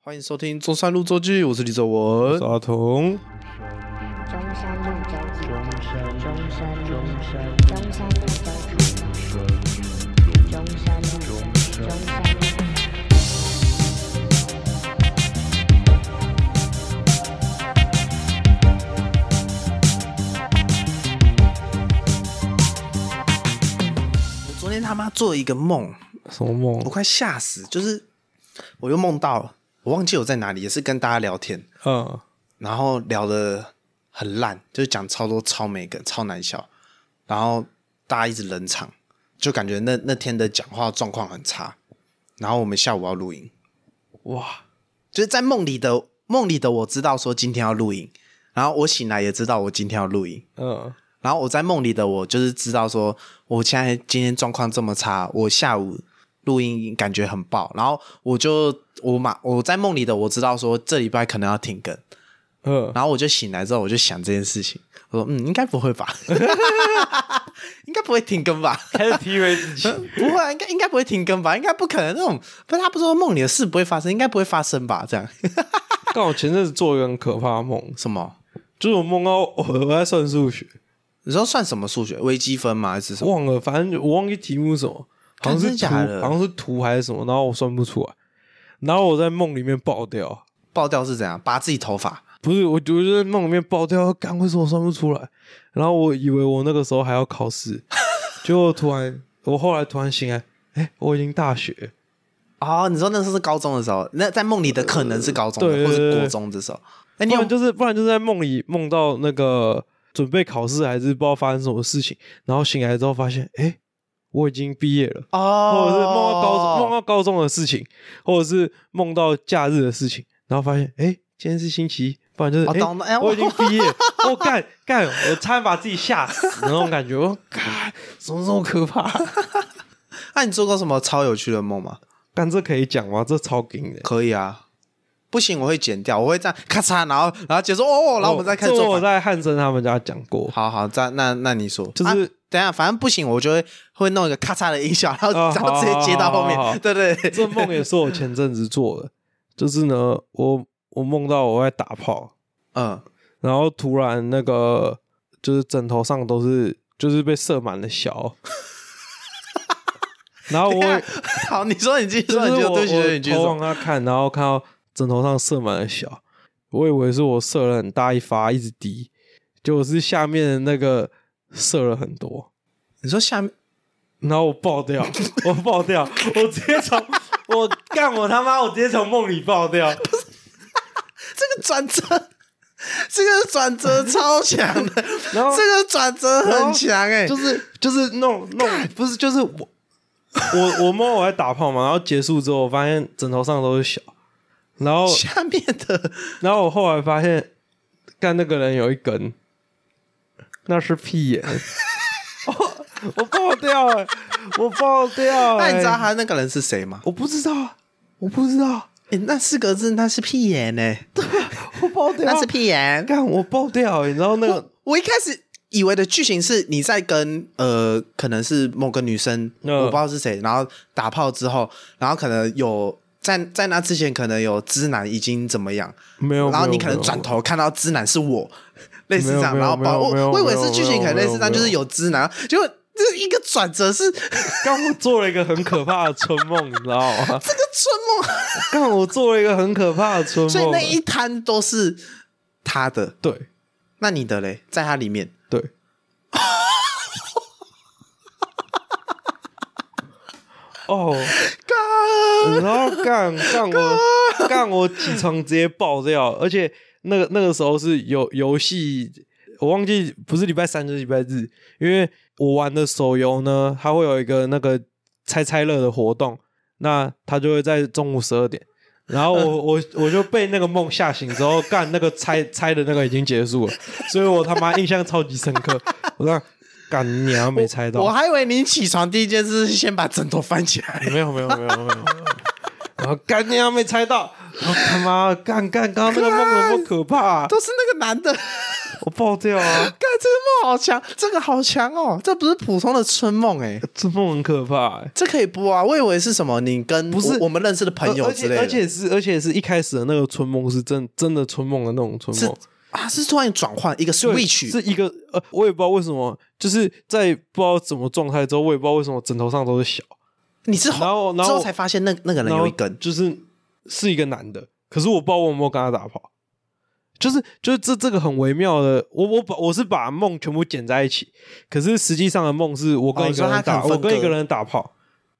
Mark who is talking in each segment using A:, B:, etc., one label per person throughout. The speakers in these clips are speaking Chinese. A: 欢迎收听中山路周记，我是李哲文。
B: 阿童，
C: 中山路周记，中山路，中山路周记，中山路，中山路。
A: 我昨天他妈做了一个梦，
B: 什么梦
A: 我？快吓死，就是我又梦到了，我忘记我在哪里，也是跟大家聊天，
B: 嗯，
A: 然后聊的很烂，就是讲超多超没梗、超难笑，然后大家一直冷场，就感觉那那天的讲话状况很差。然后我们下午要录音，
B: 哇，
A: 就是在梦里的梦里的我知道说今天要录音，然后我醒来也知道我今天要录音，
B: 嗯，
A: 然后我在梦里的我就是知道说，我现在今天状况这么差，我下午录音感觉很爆，然后我就我马我在梦里的我知道说这礼拜可能要停更，
B: 嗯，
A: 然后我就醒来之后我就想这件事情，我说嗯应该不会吧， 应该不会停更吧，
B: 开始 P 为自己，
A: 不会、啊、应该应该不会停更吧，应该不可能那种，不是他不是说梦里的事不会发生，应该不会发生吧？这样
B: 刚好前阵子做一个很可怕的梦，
A: 什么？
B: 就是我梦到我我在算数学，
A: 你说算什么数学微积分吗？还是什么？
B: 忘了，反正我忘记题目是什么，好像
A: 干真
B: 是图，
A: 假的
B: 好像是图还是什么，然后我算不出来，然后我在梦里面爆掉，
A: 爆掉是怎样？拔自己头发？
B: 不是，我我就在梦里面爆掉，干为什么我算不出来？然后我以为我那个时候还要 考试，结果突然我后来突然醒来，哎、我已经大学了。
A: 哦，你说那时候是高中的时候，那在梦里的可能是高中的，
B: 对对
A: 或
B: 对
A: 是
B: 对
A: 国中的时候。哎，你
B: 不
A: 有
B: 然就是欸不然就是在梦里梦到那个准备考试，还是不知道发生什么事情，然后醒来之后发现，哎、我已经毕业了，
A: 哦，
B: 或者是梦到高中梦到高中的事情，或者是梦到假日的事情，然后发现，哎、今天是星期一，不然就是，
A: 哦
B: 哎、
A: 懂了哎我
B: 我已经 毕业了，我干干，我差点把自己吓死那种感觉，我 干，怎么这么可怕？
A: 那、你做过什么超有趣的梦 吗？
B: 干这可以讲吗？这超劲的。
A: 可以啊，不行我会剪掉，我会这样咔嚓，然后然后结束哦，然后我们再开始
B: 这
A: 做
B: 我
A: 反。
B: 在汉森他们家讲过，
A: 好好，这样那那你说，
B: 就是
A: 啊等一下，反正不行，我就会会弄一个咔嚓的音效，然后、
B: 哦
A: 然后直接接到后面，
B: 好好好好
A: 对对对，
B: 这梦也是我前阵子做的，就是呢，我我梦到我在打炮，
A: 嗯，
B: 然后突然那个就是枕头上都是就是被射满了小，然后我
A: 等一
B: 也
A: 下好，你说你继续
B: 就
A: 说，你继续
B: 是
A: 说，
B: 我
A: 对不起对不起，你继续
B: 我头
A: 说
B: 往，那看，然后看到枕头上射满了小，我以为是我射了很大一发一直滴，结果是下面的那个射了很多。
A: 你说下面
B: 然后我爆掉， 我爆掉，我直接从我干我他妈，我直接从梦里爆掉。
A: 这个转折，这个转折超强 的，
B: 然后
A: 这个转折很强哎、
B: 就是就是弄弄，不是就是我我我摸我在打炮嘛，然后结束之后，我发现枕头上都是小，然后
A: 下面的
B: 然后我后来发现，干那个人有一根，那是屁眼， 哦我我爆掉了，我爆掉了、欸
A: 那你知道他那个人是谁吗？
B: 我不知道啊，我不知道，
A: 诶那四个字那是屁眼呢、
B: 啊我爆掉，
A: 那是屁眼。
B: 干我爆掉、你知道那个
A: 我我一开始以为的剧情是你在跟呃，可能是某个女生，
B: 嗯
A: 我不知道是谁，然后打炮之后，然后可能有在在那之前可能有知男已经怎么样，
B: 没有，
A: 然后
B: 没有
A: 你可能转。头看到知男是我， 类似这样，
B: 没有
A: 然后
B: 没有
A: 把我
B: 没有
A: 我以为
B: 没有
A: 是剧情可能类似这样，
B: 没有没有
A: 就是有知男，结果这一个转折是 啊这个
B: 刚我做了一个很可怕的春梦，你知道吗？
A: 春
B: 啊
A: 梦，
B: 刚我做了一个很可怕的春梦，啊
A: 所以那一摊都是他的，
B: 对
A: 那你的嘞，在他里面，
B: 对，哦，然后干干我干我起床直接爆掉，而且那个那个时候是游游戏，我忘记不是礼拜三就是礼拜日，因为我玩的手游呢，它会有一个那个猜猜乐的活动，那它就会在中午十二点。然后我 我我就被那个梦吓醒之后，干那个猜猜的那个已经结束了，所以我他妈印象超级深刻。我说干你娘没猜到，
A: 我还以为你起床第一件事是先把枕头翻起来，
B: 没有没有没有没有没有。然后干你娘没猜到，我他妈干干，刚刚那个梦有多可怕、
A: 都是那个男的，
B: 我爆掉啊！
A: 干这个梦好强，这个好强哦，这不是普通的春梦哎、
B: 这梦很可怕、欸，
A: 这可以播啊！我以为是什么，你跟
B: 不是
A: 我我们认识的朋友
B: 而
A: 之
B: 且
A: 类的，
B: 而且是而且是一开始的那个春梦是真真的春梦的那种春
A: 是
B: 梦，
A: 啊，是突然转换一个
B: 对
A: switch，
B: 是一个呃，我也不知道为什么，就是在不知道什么状态之后，我也不知道为什么枕头上都是小，
A: 你之
B: 然后
A: 后
B: 然后
A: 之后才发现那那个人
B: 然后
A: 有一根，
B: 就是是一个男的，可是我不知道我有没有跟他打炮，就是就是这这个很微妙的，我我把我是把梦全部剪在一起，可是实际上的梦是我跟
A: 哦
B: 一
A: 你
B: 个
A: 说
B: 人
A: 他可
B: 打，
A: 能分
B: 我跟一
A: 割
B: 个人打炮，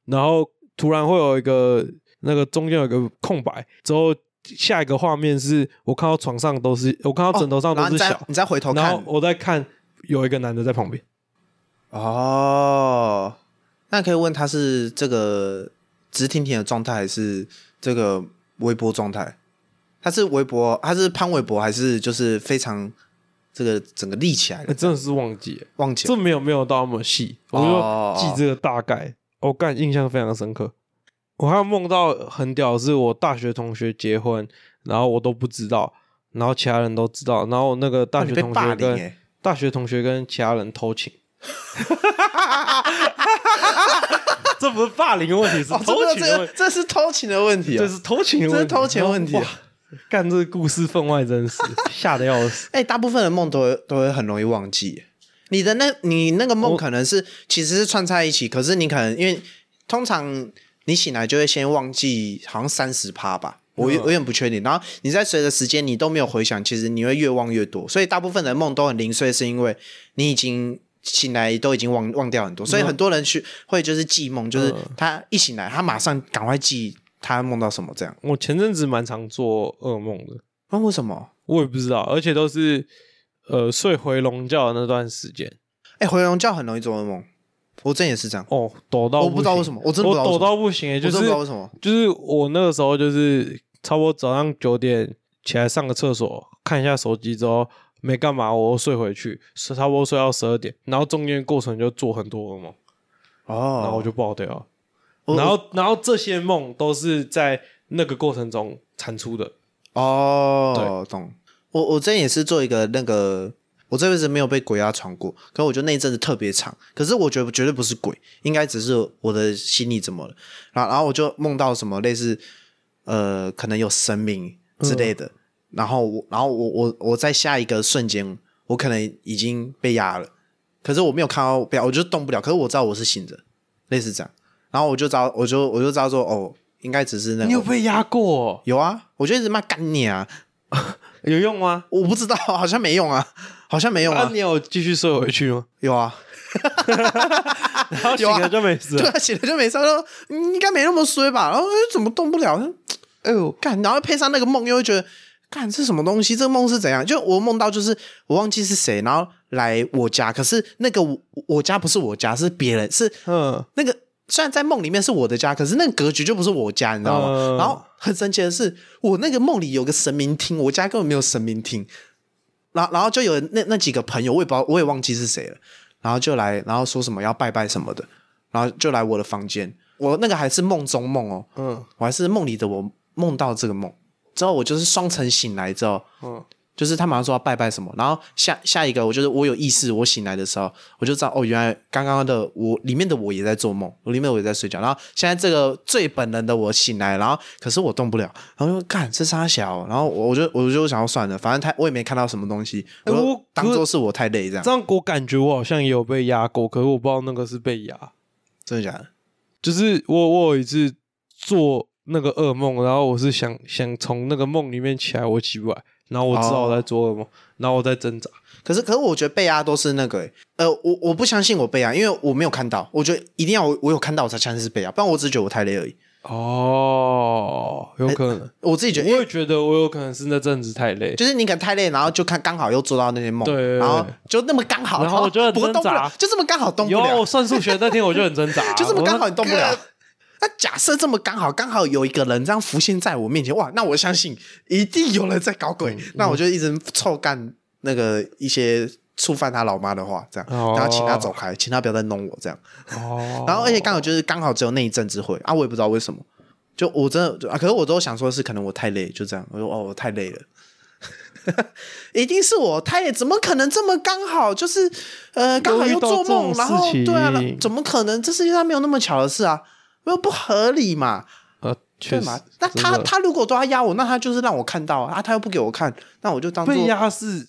B: 然后突然会有一个那个中间有一个空白，之后下一个画面是我看到床上都是，我看到枕头上
A: 哦然
B: 都
A: 后
B: 是
A: 你
B: 小，
A: 再你再回头
B: 然
A: 看
B: 后，我在看有一个男的 在旁边，
A: 哦，那可以问他是这个直挺挺的状态，还是这个微波状态？他是微博，他是潘微博，还是就是非常这个整个立起来
B: 欸、
A: 的？
B: 真的是忘记了，
A: 忘记了
B: 这没有没有到那么细，我
A: 哦
B: 就记这个大概。我干、印象非常深刻。我还有梦到很屌，的是我大学同学结婚，然后我都不知道，然后其他人都知道，然后那个大
A: 哦
B: 学
A: 你被
B: 同
A: 霸
B: 学
A: 凌
B: 跟、
A: 欸
B: 大学同学跟其他人 偷情。这不是霸凌的问题，是
A: 哦，这
B: 偷
A: 个
B: 情
A: 这
B: 的
A: 个
B: 问题，
A: 这是偷情的问题啊！
B: 这是偷情的
A: 这
B: 问
A: 是
B: 题，
A: 偷情的问题啊
B: 哇！干这个故事分外真实，吓得要死。
A: 哎、大部分的梦都会都会很容易忘记。你的那，你那个梦可能是其实是串在一起，可是你可能因为通常你醒来就会先忘记，好像三十趴吧，我有
B: 嗯
A: 我有点不确定。然后你在随着时间你都没有回想，其实你会越忘越多，所以大部分的梦都很零碎，是因为你已经。醒来都已经忘忘掉很多，所以很多人去会就是记梦，就是
B: 嗯
A: 他一醒来，他马上赶快记他梦到什么这样。
B: 我前阵子蛮常做噩梦的，
A: 那、为什么？
B: 我也不知道，而且都是呃睡回笼觉的那段时间，
A: 哎、回笼觉很容易做噩梦，我真也是这样。
B: 哦，抖到
A: 我不知道
B: 行
A: 为什么我真的不知道为
B: 抖
A: 什么
B: 到不行、欸，就
A: 我
B: 是
A: 真不知道为什么。
B: 就是我那个时候就是差不多早上九点起来上个厕所，看一下手机之后没干嘛，我又睡回去，是差不多睡到十二点，然后中间过程就做很多噩梦，
A: 哦，
B: 然后我就爆掉了，
A: 我
B: 然后然后这些梦都是在那个过程中产出的，
A: 哦，懂。我我之前也是做一个那个，我这辈子没有被鬼压床过，可我觉得那一阵子特别长。可是我觉得绝对不是鬼，应该只是我的心里怎么了。然后然后我就梦到什么类似呃，可能有神明之类
B: 嗯
A: 的。然后我然后我我我在下一个瞬间，我可能已经被压了，可是我没有看到被压，我就动不了。可是我知道我是醒着，类似这样。然后我就知道，我就我就知道说，哦，应该只是那个
B: 你有被压过、哦
A: 有啊，我就一直骂干你啊，
B: 有用吗？
A: 我不知道，好像没用啊， 好像没用
B: 那
A: 啊
B: 你，有继续睡回去 吗？
A: 有啊，
B: 然后醒
A: 有啊
B: 了就没事
A: 对
B: 了。
A: 啊，写的就没事，他说你应该没那么衰吧，然后哎怎么动不了？哎呦，干，然后配上那个梦，又会觉得干这什么东西？这个梦是怎样？就我梦到就是我忘记是谁，然后来我家，可是那个我我家不是我家，是别人，是
B: 嗯，
A: 那个虽然在梦里面是我的家，可是那个格局就不是我家，你知道吗？
B: 嗯
A: 然后很神奇的是，我那个梦里有个神明厅，我家根本没有神明厅。然后然后就有那那几个朋友，我也不知道，我也忘记是谁了。然后就来，然后说什么要拜拜什么的，然后就来我的房间。我那个还是梦中梦哦，
B: 嗯，
A: 我还是梦里的我梦到这个梦。之后我就是双层醒来之后，
B: 嗯，
A: 就是他马上说要拜拜什么，然后下下一个，我就是我有意识，我醒来的时候，我就知道哦，原来刚刚的我里面的我也在做梦，我里面的我也在睡觉，然后现在这个最本能的我醒来，然后可是我动不了，然后就干这傻小，然后我我就我就想要算了，反正他我也没看到什么东西，
B: 哎
A: 我就
B: 我
A: 当做是我太累这样
B: 这，样我感觉我好像也有被压过，可是我不知道那个是被压，
A: 真的假的？
B: 就是我我有一次做那个噩梦，然后我是想想从那个梦里面起来，我起不来，然后我知道
A: 哦
B: 我在做噩梦，然后我在挣扎，
A: 可是可是我觉得被压都是那个、欸呃，我我不相信我被压，因为我没有看到，我觉得一定要我我有看到我才相信是被压，不然我只是觉得我太累而已，
B: 哦，有可能，
A: 我自己觉得，因
B: 我
A: 为
B: 也觉得我有可能是那阵子太累，
A: 就是你可能太累，然后就看刚好又做到那些梦，
B: 对对对
A: 然后就那么刚好，哦
B: 然后我就很
A: 不过动不
B: 挣扎
A: 了，就这么刚好动不
B: 有啊
A: 了，
B: 我，算数学那天我就很挣扎 啊
A: 就这么
B: 我
A: 刚
B: 说
A: 好你动不了。那假设这么刚好，刚好有一个人这样浮现在我面前，哇，那我相信一定有人在搞鬼，
B: 嗯
A: 那我就一直臭干那个一些触犯他老妈的话，这样，
B: 哦
A: 然后请他走开，请他不要再弄我这样。
B: 哦，
A: 然后而且刚好就是刚好只有那一阵子会啊，我也不知道为什么，就我真的就啊，可是我都想说是可能我太累，就这样，我说哦我太累了， 一定是我，他也怎么可能这么刚好？就是呃，刚好又做梦，然后对啊，那怎么可能？这世界上没有那么巧的事啊，又不合理嘛，
B: 呃，确
A: 对
B: 实
A: 嘛？那，他
B: 真的
A: 他如果都要压我，那他就是让我看到啊，啊他又不给我看，那我就当做
B: 被压是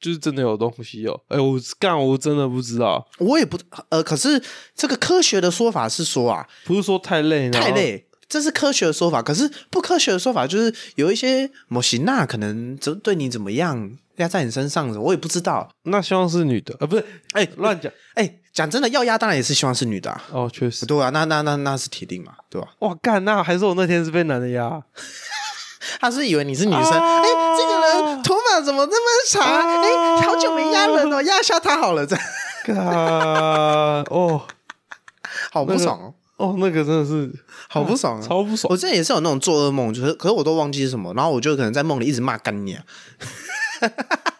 B: 就是真的有东西哦。哎，我干，我真的不知道，
A: 我也不呃，可是这个科学的说法是说啊，
B: 不是说太累，然后
A: 太，累，这是科学的说法。可是不科学的说法就是有一些模型啊，可能怎对你怎么样压在你身上的，我也不知道。
B: 那希望是女的，呃，不 是，
A: 哎
B: 乱讲
A: 哎，讲真的，要压当然也是希望是女的、啊，
B: 哦，确实。
A: 对啊，那那那那是铁定嘛，对吧、
B: 哇，干，那还是我那天是被男的压，
A: 他是以为你是女生，哎、
B: 啊
A: 这个人头发怎么这么长？
B: 啊
A: 哎、好久没压人了，哦压一下他好了，这样
B: 干，哦
A: 好不爽哦，
B: 哦，那个真的是
A: 好不爽、啊，
B: 超不爽
A: 我，之前也是有那种做噩梦，就是可是我都忘记是什么，然后我就可能在梦里一直骂干你、啊，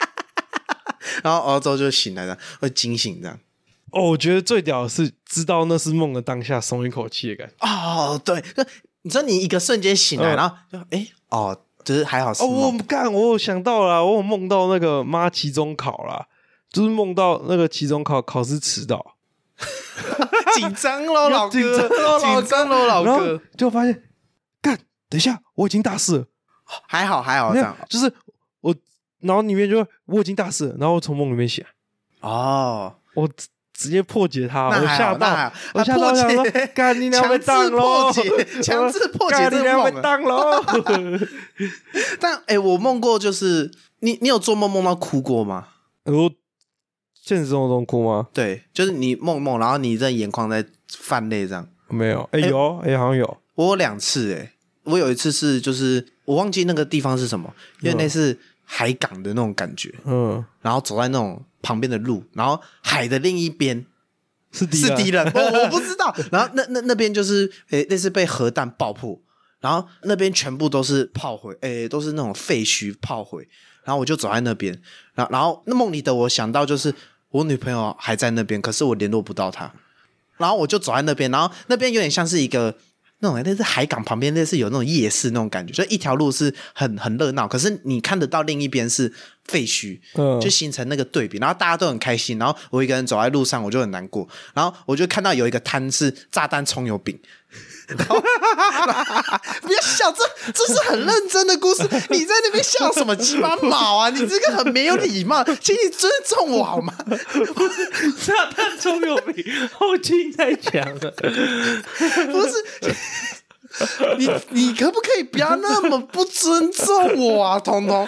A: 然后熬之后就醒来了，会惊醒这样。
B: 哦，我觉得最屌的是知道那是梦的当下松一口气的感觉。
A: 哦，对，就你说你一个瞬间醒来，
B: 嗯
A: 然后就哎哦，就是还好是
B: 哦，我
A: 梦，
B: 干，我有想到啦，我有梦到那个妈期中考啦，就是梦到那个期中考考试迟到，
A: 紧张 喽，老哥，哦
B: 紧张咯老哥
A: 紧张喽，老
B: 然后
A: 哥，
B: 就发现，干，等一下，我已经大四了，
A: 还好还好
B: 没
A: 这
B: 有
A: 样，
B: 就是我脑里面就我已经大四了，然后我从梦里面醒来，
A: 哦，
B: 我直直接破解他，
A: 那
B: 我
A: 还
B: 吓
A: 好，那
B: 到
A: 还，
B: 我
A: 好，
B: 吓
A: 他
B: 到，我想
A: 破
B: 说
A: 解，
B: 干你娘被当喽，
A: 强制破解 强制破解
B: 干
A: 这个
B: 你娘
A: 梦
B: 被
A: 啊
B: 当喽，
A: 但哎，我梦过就是你，你有做梦梦到哭过吗？
B: 我现实生活中哭吗？
A: 对，就是你梦梦，然后你在眼眶在泛泪这样。
B: 没有，哎、
A: 哎
B: 有，哎、好像有，
A: 我有两次诶、我有一次是就是我忘记那个地方是什么，因为那是海港的那种感觉，
B: 嗯，
A: 然后走在那种旁边的路，然后海的另一边
B: 是啊敌
A: 是
B: 人
A: 敌人，我我不知道。然后那那那边就是诶、那是被核弹爆破，然后那边全部都是炮灰，诶、都是那种废墟炮灰。然后我就走在那边，然后然后那梦里的我想到就是我女朋友还在那边，可是我联络不到她。然后我就走在那边，然后那边有点像是一个那种类似海港旁边类似有那种夜市那种感觉，就一条路是很很热闹，可是你看得到另一边是废墟，
B: 嗯
A: 就形成那个对比，然后大家都很开心，然后我一个人走在路上我就很难过，然后我就看到有一个摊是炸弹葱油饼。然后不要笑，这这是很认真的故事。你在那边笑什么鸡巴毛啊？你这个很没有礼貌，请你尊重我好吗？
B: 炸弹葱油饼，后劲太强了。
A: 不是。 你你可不可以不要那么不尊重我啊，彤彤？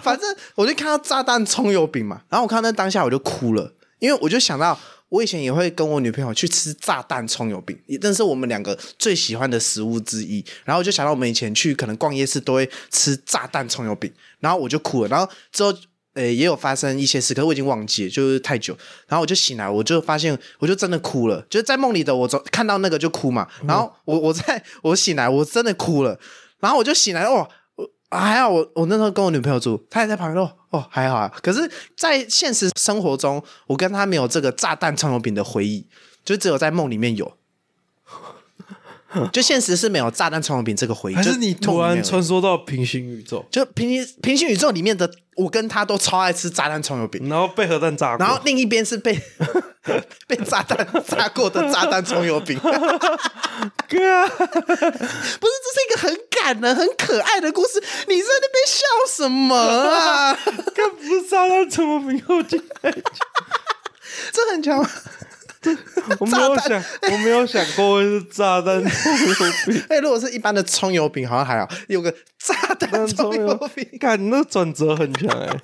A: 反正我就看到炸弹葱油饼嘛，然后我看到那当下我就哭了，因为我就想到我以前也会跟我女朋友去吃炸弹葱油饼，那是我们两个最喜欢的食物之一。然后我就想到我们以前去可能逛夜市都会吃炸弹葱油饼，然后我就哭了。然后之后呃、也有发生一些事，可是我已经忘记了，就是太久。然后我就醒来，我就发现我就真的哭了，就是在梦里的我总看到那个就哭嘛。然后我我在我醒来，我真的哭了。然后我就醒来，哦，我还好我我那时候跟我女朋友住，她也在旁边哦哦还好啊。可是，在现实生活中，我跟她没有这个炸弹葱油饼的回忆，就只有在梦里面 有。就现实是没有炸弹葱油饼这个回忆，
B: 还
A: 就是
B: 你
A: 梦
B: 突
A: 里面
B: 然
A: 有
B: 穿梭到平行宇宙，
A: 就平行平行宇宙里面的我跟他都超爱吃炸弹葱油饼，
B: 然后被核弹炸过，
A: 然 后另一边是被被炸弹炸过的炸弹葱油饼，不是，
B: 哥，
A: 这是一个很感人、很可爱的故事。你在那边笑什么啊？
B: 干不是炸弹葱油饼后劲太强。
A: 这很强吗，
B: 我没有想，我没有想过会是炸 弹葱油饼。
A: 哎、如果是一般的葱油饼，好像还好，有个炸 弹葱油饼，
B: 干，你那转折很强哎、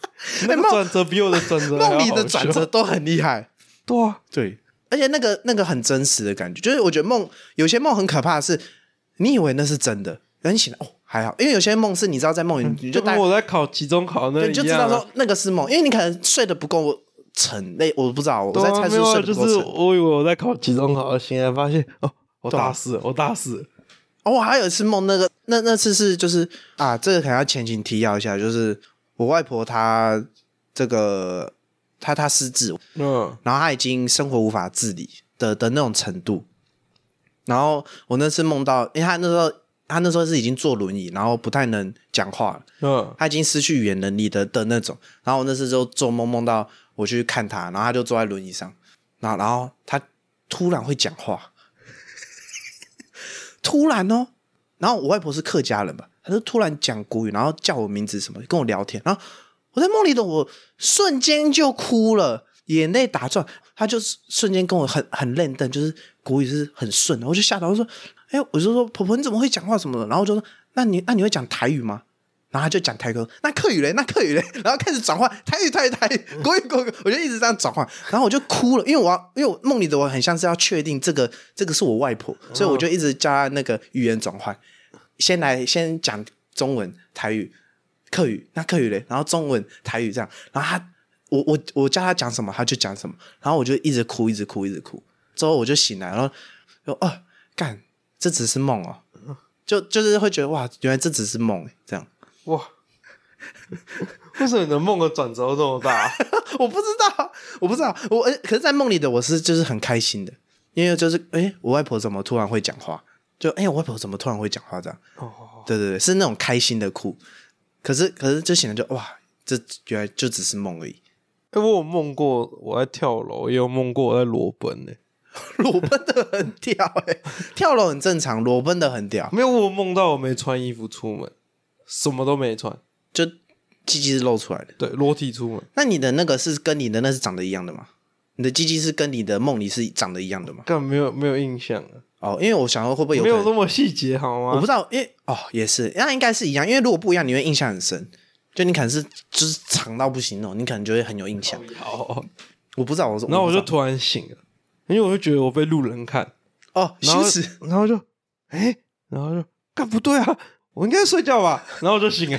B: 那个
A: 梦
B: 转折比我的转折还要
A: 梦里的
B: 好
A: 转
B: 笑
A: 折，都很厉害。
B: 对啊，
A: 对，而且那个那个很真实的感觉，就是我觉得梦有些梦很可怕的是，你以为那是真的，然后你醒来哦还好，因为有些梦是你知道在梦里你
B: 嗯就
A: 就大
B: 跟我在考期中考那
A: 对
B: 一
A: 你就知
B: 样啊、
A: 道说那个是梦，因为你可能睡得不够沉，那我不知道，我
B: 对
A: 在
B: 啊
A: 猜
B: 没
A: 是
B: 有啊
A: 睡得
B: 就
A: 不够
B: 是
A: 沉。
B: 我以为我在考期中考，醒来发现哦，我
A: 对啊
B: 大四了，我大四了。
A: 哦，我还有一次梦，那个那那次是就是啊，这个可能要前情提要一下，就是我外婆她这个她她失智，
B: 嗯，
A: 然后他已经生活无法自理的的那种程度。然后我那次梦到，因为他那时候他那时候是已经坐轮椅，然后不太能讲话了，
B: 嗯，
A: 他已经失去语言能力的的那种。然后我那次就做梦梦到我去看他，然后他就坐在轮椅上，然后然后他突然会讲话，突然哦。然后我外婆是客家人吧，她就突然讲国语，然后叫我名字什么，跟我聊天。然后我在梦里的我瞬间就哭了，眼泪打转。她就是瞬间跟我很很认真，就是国语是很顺的，我就吓到，我说：“哎，我就说婆婆你怎么会讲话什么的？”然后我就说：“那你那你会讲台语吗？”然后他就讲台语，那客语嘞，那客语嘞， 然后开始转换台语、台语、台语、国语、国语，我就一直这样转换，然后我就哭了，因为我要，因为我梦里的我很像是要确定这个这个是我外婆，所以我就一直教她那个语言转换，先来先讲中文、台语、客语，那客语嘞，然后中文、台语这样，然后他我我我叫他讲什么，他就讲什么，然后我就一直哭，一直哭，一直哭，之后我就醒来，然后就哦，干，这只是梦哦，就就是会觉得哇，原来这只是梦，这样。
B: 哇，为什么你的梦的转折这么大？啊
A: 我不知道，我不知道，我呃可是，在梦里的我是就是很开心的，因为就是哎、诶我外婆怎么突然会讲话？就哎、诶我外婆怎么突然会讲话？这样，
B: 哦，
A: 对对对，是那种开心的哭。可是可是就醒来就哇，这原来就只是梦而已。
B: 哎，我有梦过我在跳楼，也有梦过我在裸奔欸呢、
A: 裸奔的很屌哎、诶跳楼很正常，裸奔的很屌，
B: 没有，我有梦到我没穿衣服出门，什么都没穿，
A: 就鸡鸡是露出来的。
B: 对，裸体出门。
A: 那你的那个是跟你的那是长得一样的吗？你的鸡鸡是跟你的梦里是长得一样的吗？
B: 干没有没有印象啊，
A: 哦，因为我想说会不会有可
B: 没有
A: 能
B: 这么细节好吗？
A: 我不知道，因为哦也是，那应该是一样，因为如果不一样，你会印象很深。就你可能是就是长到不行哦，你可能就会很有印象。
B: 好，
A: 哦我不知道，我说，
B: 然后我就
A: 不知
B: 突然醒了，因为我就觉得我被路人看，
A: 道哦，
B: 然后
A: 羞耻，
B: 然后就哎、然后就干不对啊，我应该睡 觉吧，然后我就醒了。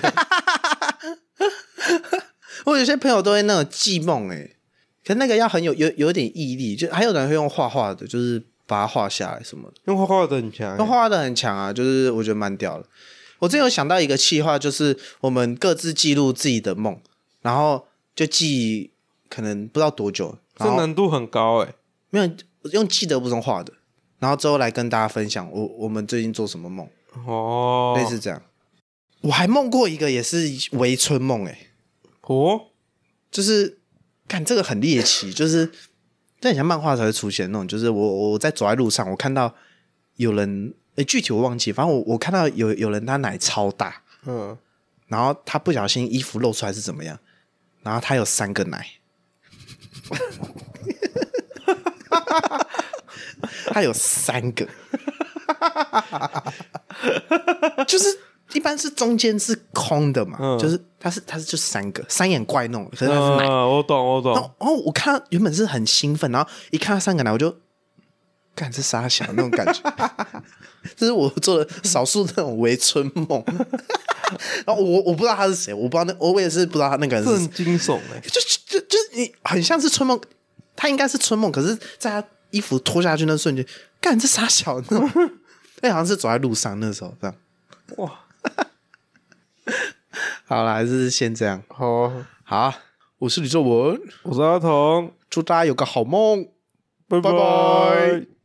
A: 我有些朋友都会那种记梦哎，可那个要很有有有点毅力，就还有人会用画画的，就是把它画下来什么的。
B: 用画画的很强、
A: 那
B: 欸，
A: 画的很强啊，就是我觉得蛮屌的。我之前有想到一个计划，就是我们各自记录自己的梦，然后就记可能不知道多久，
B: 这
A: 然后
B: 难度很高哎、
A: 没有用记得不用画的，然后之后来跟大家分享我我们最近做什么梦，
B: 哦，
A: 类似这样。我还梦过一个也是围村梦，哎，
B: 哦，
A: 就是看这个很猎奇，就是在像漫画才会出现那种，就是我我在走在路上，我看到有人，哎，具体我忘记，反正我我看到有有人他奶超大，
B: 嗯，
A: 然后他不小心衣服露出来是怎么样，然后他有三个奶。 他有三个，就是一般是中间是空的嘛，
B: 嗯
A: 就是他是他是就三个三眼怪那种，可是他是奶。
B: 嗯，我懂我
A: 然
B: 懂
A: 后，然后哦我看到原本是很兴奋，然后一看到三个奶，我就干这傻小那种感觉， 这是我做的少数那种围村梦。 然后我我不知道他是谁，我不知道那我也是不知道他那个人
B: 这
A: 是谁
B: 很惊悚哎、
A: 就就就就是你很像是春梦，他应该是春梦，可是在他衣服脱下去那瞬间，干这傻小那种， 哎，好像是走在路上那时候这样。
B: 哇，
A: 好啦，还是先这样。
B: 好啊、
A: 好啊，我是李作文，
B: 我是阿童，
A: 祝大家有个好梦。
B: 拜
A: 拜
B: 拜
A: 拜